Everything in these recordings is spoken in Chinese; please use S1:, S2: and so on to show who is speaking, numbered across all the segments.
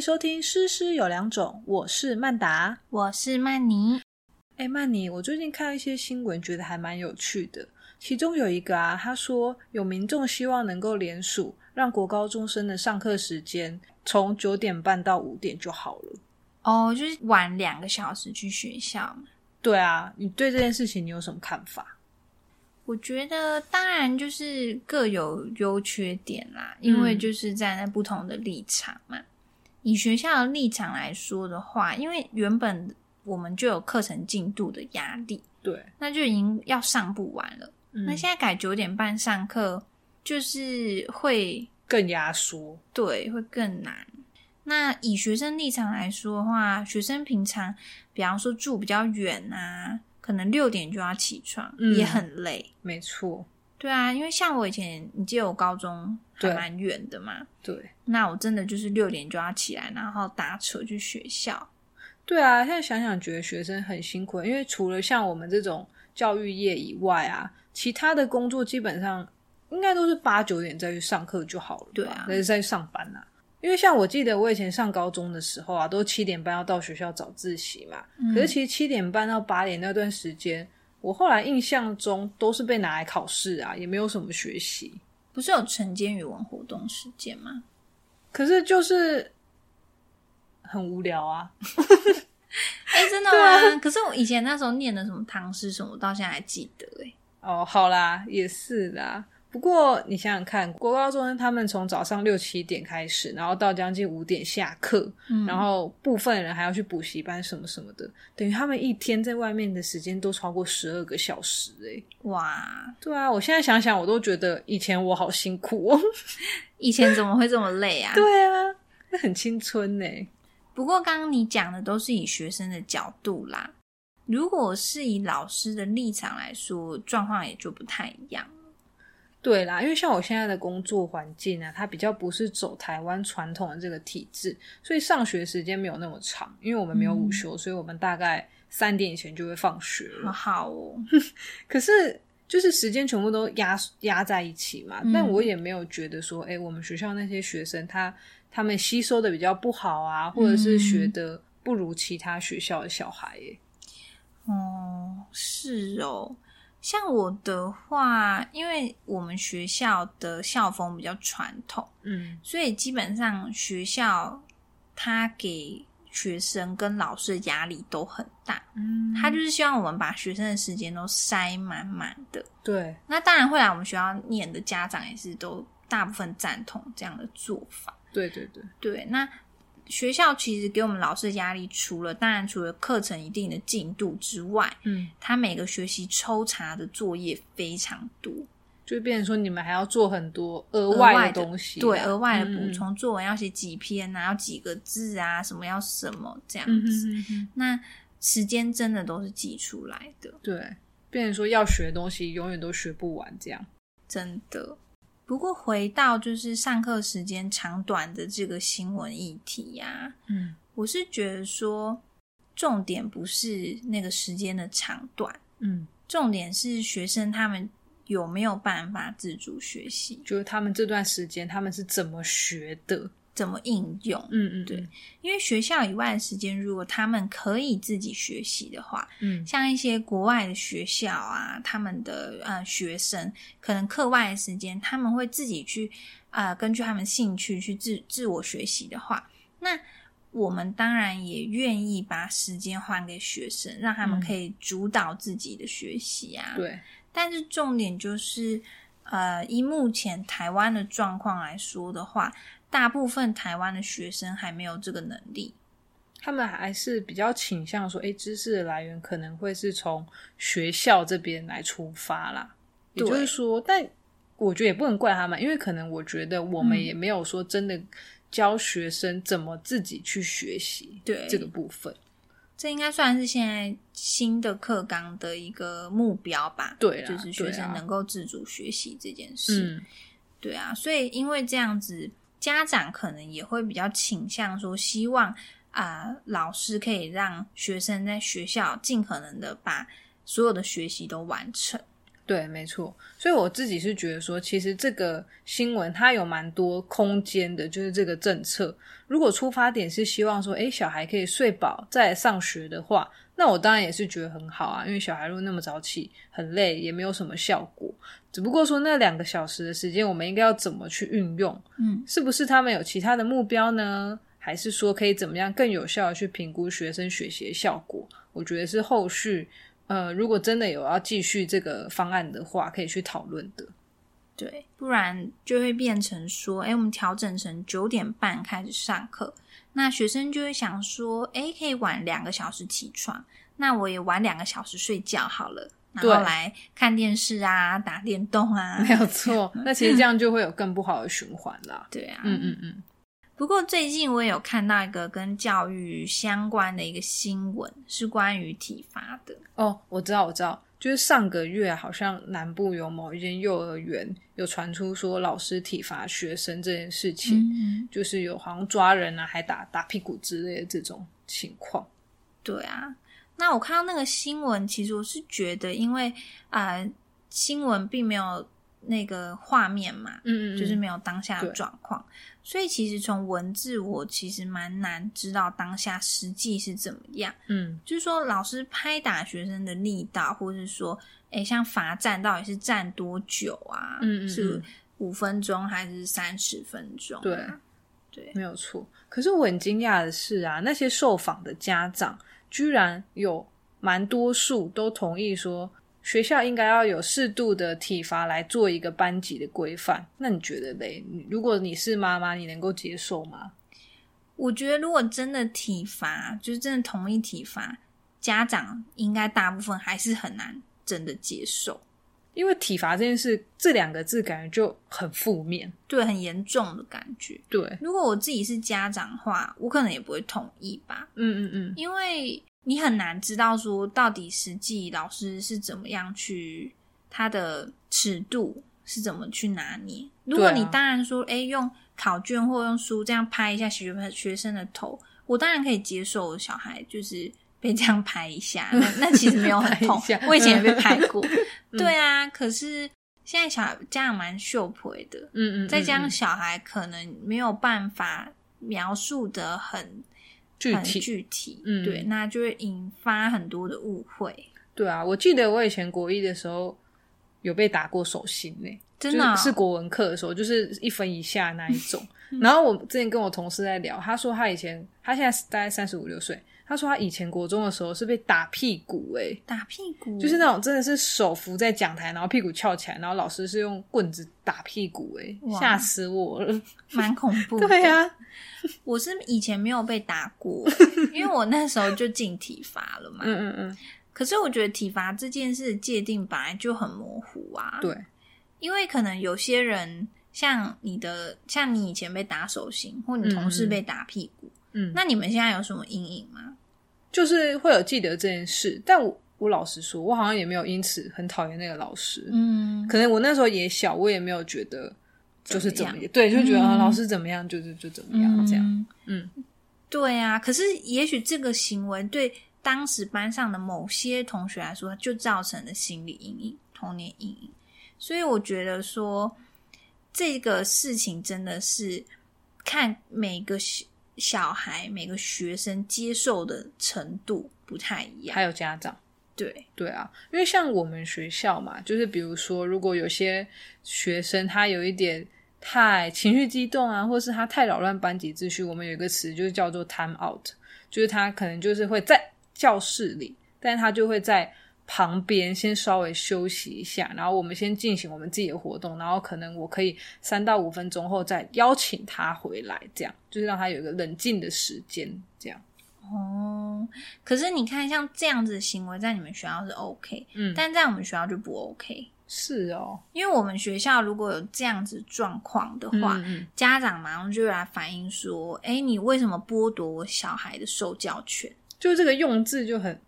S1: 收听《诗诗有两种》，我是曼达。
S2: 我是曼妮。
S1: 哎，曼妮，我最近看到一些新闻，觉得还蛮有趣的。其中有一个啊，他说有民众希望能够联署，让国高中生的上课时间从九点半到五点就好了。
S2: 哦，就是晚两个小时去学校嘛。
S1: 对啊，你对这件事情你有什么看法？
S2: 我觉得当然就是各有优缺点啦，因为就是站在不同的立场嘛。以学校的立场来说的话，因为原本我们就有课程进度的压力，
S1: 对，
S2: 那就已经要上不完了。
S1: 嗯
S2: 那现在改九点半上课，就是会
S1: 更压缩。
S2: 对，会更难。那以学生立场来说的话，学生平常，比方说住比较远啊，可能六点就要起床，
S1: 嗯
S2: 也很累。
S1: 没错，
S2: 对啊，因为像我以前，你记得我高中还
S1: 对
S2: 蛮远的嘛，
S1: 对，
S2: 那我真的就是六点就要起来，然后搭车去学校。
S1: 对啊，现在想想觉得学生很辛苦，因为除了像我们这种教育业以外啊，其他的工作基本上应该都是八九点再去上课就好了吧，
S2: 对啊
S1: 再再去上班啊。因为像我记得我以前上高中的时候啊，都七点半要到学校早自习嘛，
S2: 嗯
S1: 可是其实七点半到八点那段时间，我后来印象中都是被拿来考试啊，也没有什么学习。
S2: 不是有晨间语文活动时间吗？
S1: 可是就是很无聊啊，
S2: 哎、真 的吗？可是我以前那时候念的什么唐诗什么，我到现在还记得哎、
S1: 哦，好啦，也是啦。不过你想想看，国高中生他们从早上六七点开始，然后到将近五点下课，
S2: 嗯
S1: 然后部分人还要去补习班什么什么的，等于他们一天在外面的时间都超过十二个小时诶、
S2: 嗯哇，
S1: 对啊，我现在想想，我都觉得以前我好辛苦 哦。
S2: 以前怎么会这么累啊？
S1: 对啊，那很青春欸呢、
S2: 不过刚刚你讲的都是以学生的角度啦，如果是以老师的立场来说，状况也就不太一样。
S1: 对啦，因为像我现在的工作环境啊，它比较不是走台湾传统的这个体制，所以上学时间没有那么长，因为我们没有
S2: 嗯
S1: 午休，所以我们大概三点以前就会放学
S2: 好
S1: 了。
S2: 好哦，
S1: 可是就是时间全部都压压在一起嘛，
S2: 嗯
S1: 但我也没有觉得说，哎，我们学校那些学生他他们吸收的比较不好啊，或者是学
S2: 嗯
S1: 的不如其他学校的小孩耶。
S2: 哦，是哦。像我的话，因为我们学校的校风比较传统，
S1: 嗯
S2: 所以基本上学校他给学生跟老师的压力都很大，
S1: 嗯
S2: 他就是希望我们把学生的时间都塞满满的。
S1: 对，
S2: 那当然会来我们学校念的家长也是都大部分赞同这样的做法。
S1: 对对对，
S2: 对，那学校其实给我们老师的压力，除了当然除了课程一定的进度之外，
S1: 嗯，
S2: 他每个学期抽查的作业非常多，
S1: 就变成说你们还要做很多额
S2: 额
S1: 外
S2: 外
S1: 的
S2: 的
S1: 东西啊，
S2: 对，额外的
S1: 嗯
S2: 补。充作文要写几篇啊，要几个字啊，什么要什么这样
S1: 嗯嗯
S2: 子。
S1: 嗯嗯，
S2: 那时间真的都是挤出来的，
S1: 对，变成说要学的东西永远都学不完这样。
S2: 真的。不过回到就是上课时间长短的这个新闻议题呀、
S1: 嗯，
S2: 我是觉得说，重点不是那个时间的长短，
S1: 嗯，
S2: 重点是学生他们有没有办法自主学习，
S1: 就是他们这段时间他们是怎么学的？
S2: 怎么应用。
S1: 嗯嗯，
S2: 对，因为学校以外的时间，如果他们可以自己学习的话，
S1: 嗯
S2: 像一些国外的学校啊，他们的呃学生可能课外的时间，他们会自己去呃根据他们兴趣去自自我学习的话，那我们当然也愿意把时间还给学生，让他
S1: 嗯
S2: 们可以主导自己的学习啊。
S1: 对，
S2: 但是重点就是，呃，以目前台湾的状况来说的话，大部分台湾的学生还没有这个能力。
S1: 他们还是比较倾向说，哎，知识的来源可能会是从学校这边来出发啦。也
S2: 对
S1: 就是说，但我觉得也不能怪他们，因为可能我觉得我们
S2: 嗯
S1: 也没有说真的教学生怎么自己去学习
S2: 对
S1: 这个部分。
S2: 这应该算是现在新的课纲的一个目标吧？
S1: 对啦
S2: 就是学
S1: 对
S2: 生
S1: 啊
S2: 能够自主学习这件事。
S1: 嗯，
S2: 对啊，所以因为这样子，家长可能也会比较倾向说，希望啊、老师可以让学生在学校尽可能的把所有的学习都完成。
S1: 对，没错。所以我自己是觉得说，其实这个新闻它有蛮多空间的，就是这个政策。如果出发点是希望说，诶，小孩可以睡饱再来上学的话，那我当然也是觉得很好啊，因为小孩如果那么早起很累，也没有什么效果。只不过说那两个小时的时间，我们应该要怎么去运用？
S2: 嗯，
S1: 是不是他们有其他的目标呢？还是说可以怎么样更有效的去评估学生学习的效果？我觉得是后续呃，如果真的有要继续这个方案的话，可以去讨论的。
S2: 对，不然就会变成说，哎，我们调整成九点半开始上课，那学生就会想说，哎，可以晚两个小时起床，那我也晚两个小时睡觉好了，然后
S1: 对
S2: 来看电视啊，打电动 啊
S1: 没，有错，那其实这样就会有更不好的循环 啦。
S2: 对啊，
S1: 嗯嗯嗯，
S2: 不过最近我也有看到一个跟教育相关的一个新闻，是关于体罚的。
S1: 哦，我知道，我知道，就是上个月啊好像南部有某一间幼儿园有传出说老师体罚学生这件事情，
S2: 嗯，
S1: 就是有好像抓人啊，还打打屁股之类的这种情况。
S2: 对啊。那我看到那个新闻，其实我是觉得，因为啊、呃新闻并没有那个画面嘛，
S1: 嗯
S2: 就是没有当下的
S1: 对
S2: 状况，所以其实从文字我其实蛮难知道当下实际是怎么样。
S1: 嗯
S2: 就是说老师拍打学生的力道，或是说，诶，像罚站到底是站多久啊？
S1: 嗯嗯嗯
S2: 是五分钟还是三十分钟、啊？
S1: 对
S2: 对，
S1: 没有错。可是我很惊讶的是啊，那些受访的家长居然有蛮多数都同意说，学校应该要有适度的体罚来做一个班级的规范。那你觉得嘞？你如果你是妈妈，你能够接受吗？
S2: 我觉得如果真的体罚，就是真的同意体罚，家长应该大部分还是很难真的接受，
S1: 因为体罚这件事，这两个字感觉就很负面。
S2: 对，很严重的感觉。
S1: 对，
S2: 如果我自己是家长的话，我可能也不会同意吧。
S1: 嗯嗯嗯，
S2: 因为你很难知道说到底实际老师是怎么样去他的尺度是怎么去拿捏。如果
S1: 对啊
S2: 你当然说，哎、用考卷或用书这样拍一下学学生的头，我当然可以接受我小孩就是 被这样拍一下，那那其实没有很痛
S1: 拍一下，嗯
S2: 我以前也被拍 过。对啊，可是现在小孩家长蛮秀婆的，
S1: 嗯嗯嗯，
S2: 再加上
S1: 嗯
S2: 小孩可能没有办法描述的很
S1: 具
S2: 很
S1: 体
S2: 具体，
S1: 嗯
S2: 对，那就会引发很多的误会。
S1: 对啊，我记得我以前国一的时候有被打过手心呢、
S2: 真的哦、
S1: 就是是国文课的时候，就是一分以下那一 种。嗯然后我之前跟我同事在聊，他说他以前，他现在大概三十五六岁，他说他以前国中的时候是被打屁股、欸，
S2: 打屁股，
S1: 就是那种真的是手扶在讲台，然后屁股翘起来，然后老师是用棍子打屁股、欸，
S2: 哇啊
S1: 吓死我 了。
S2: 蛮恐 怖的。
S1: 对啊呀、
S2: 我是以前没有被打 过，因为我那时候就进体罚了嘛。
S1: 嗯嗯嗯，
S2: 可是我觉得体罚这件事的界定本来就很模糊啊，
S1: 对，
S2: 因为可能有些人像你的，像你以前被打手心，或你同
S1: 嗯
S2: 事
S1: 嗯
S2: 被打屁股，
S1: 嗯，
S2: 那你们现在有什么阴影吗？
S1: 就是会有记得这件事，但我我老实说，我好像也没有因此很讨厌那个老师，
S2: 嗯，
S1: 可能我那时候也小，我也没有觉得就是怎么
S2: 怎么
S1: 样，对，就觉得、啊
S2: 嗯
S1: 老师怎么样，就是就怎么样这样。
S2: 样。
S1: 嗯，
S2: 对啊。可是也许这个行为对当时班上的某些同学来说，就造成了心理阴影、童年阴影。所以我觉得说，这个事情真的是看每个小小孩、每个学生接受的程度不太一样。
S1: 还有家长，
S2: 对，
S1: 对啊，因为像我们学校嘛，就是比如说，如果有些学生他有一点太情绪激动啊，或是他太扰乱班级秩序，我们有一个词就是叫做 time out，就是他可能就是会在教室里，但他就会在旁边先稍微休息一下，然后我们先进行我们自己的活动，然后可能我可以三到五分钟后再邀请他回来，这样就是让他有一个冷静的时间，这样。
S2: 哦。可是你看，像这样子的行为，在你们学校是 OK，
S1: 嗯，
S2: 但在我们学校就不 OK。
S1: 是哦，
S2: 因为我们学校如果有这样子状况的话，
S1: 嗯嗯
S2: 家长马上就会来反映说：“哎，你为什么剥夺我小孩的受教权
S1: 就这个用字就很？”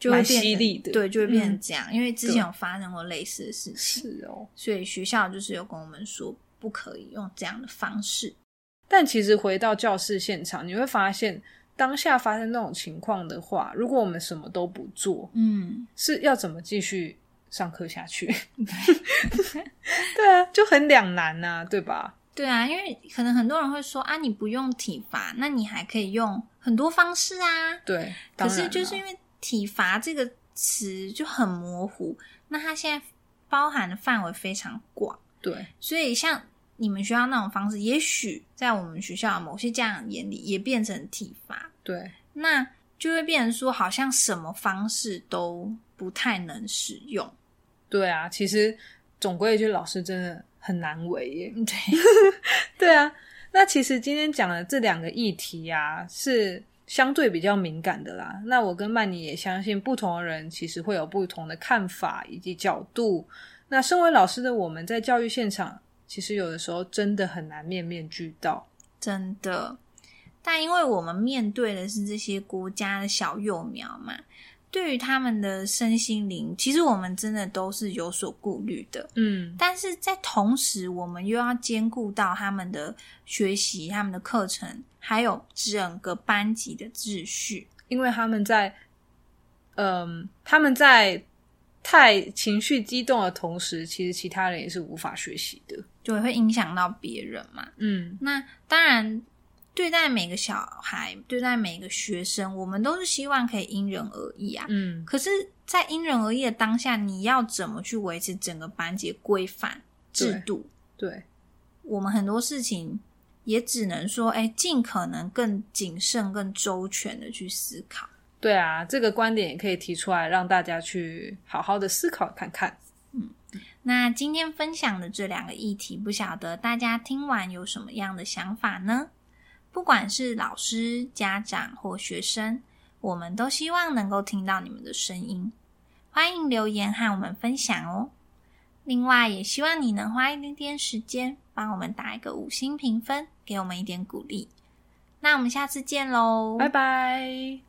S2: 就会
S1: 蛮
S2: 变成
S1: 犀利的
S2: 对，就会变成
S1: 嗯
S2: 这样。因为之前有发生过类似的事情，
S1: 是哦，
S2: 所以学校就是有跟我们说不可以用这样的方式。
S1: 但其实回到教室现场，你会发现当下发生那种情况的话，如果我们什么都不做，
S2: 嗯，
S1: 是要怎么继续上课下 去。对啊，就很两难呐、对吧？
S2: 对啊，因为可能很多人会说啊，你不用体罚，那你还可以用很多方式啊。
S1: 对，
S2: 可
S1: 当
S2: 是
S1: 然
S2: 就
S1: 啦
S2: 是因为体罚这个词就很模糊，那它现在包含的范围非常广，
S1: 对
S2: 所以像你们学校那种方式，也许在我们学校的某些家长眼里也变成体罚，
S1: 对
S2: 那就会变成说好像什么方式都不太能使用。
S1: 对啊，其实总归一句，老师真的很难为耶。
S2: 对，
S1: 对啊，那其实今天讲的这两个议题啊，是相对比较敏感的啦。那我跟曼妮也相信，不同的人其实会有不同的看法以及角度。那身为老师的我们在教育现场，其实有的时候真的很难面面俱到。
S2: 真的。但因为我们面对的是这些国家的小幼苗嘛，对于他们的身心灵，其实我们真的都是有所顾虑的。
S1: 嗯，
S2: 但是在同时，我们又要兼顾到他们的学习、他们的课程，还有整个班级的秩序。
S1: 因为他们在，嗯、他们在太情绪激动的同时，其实其他人也是无法学习的。
S2: 就会影响到别人嘛。
S1: 嗯，
S2: 那当然，对待每个小孩、对待每个学生，我们都是希望可以因人而异啊。
S1: 嗯，
S2: 可是，在因人而异的当下，你要怎么去维持整个班级的规范制度？
S1: 对，
S2: 我们很多事情也只能说，哎，尽可能更谨慎、更周全的去思考。
S1: 对啊，这个观点也可以提出来，让大家去好好的思考看看。
S2: 那今天分享的这两个议题，不晓得大家听完有什么样的想法呢？不管是老师、家长或学生，我们都希望能够听到你们的声音，欢迎留言和我们分享哦。另外，也希望你能花一点点时间帮我们打一个五星评分，给我们一点鼓励。那我们下次见喽，
S1: 拜拜。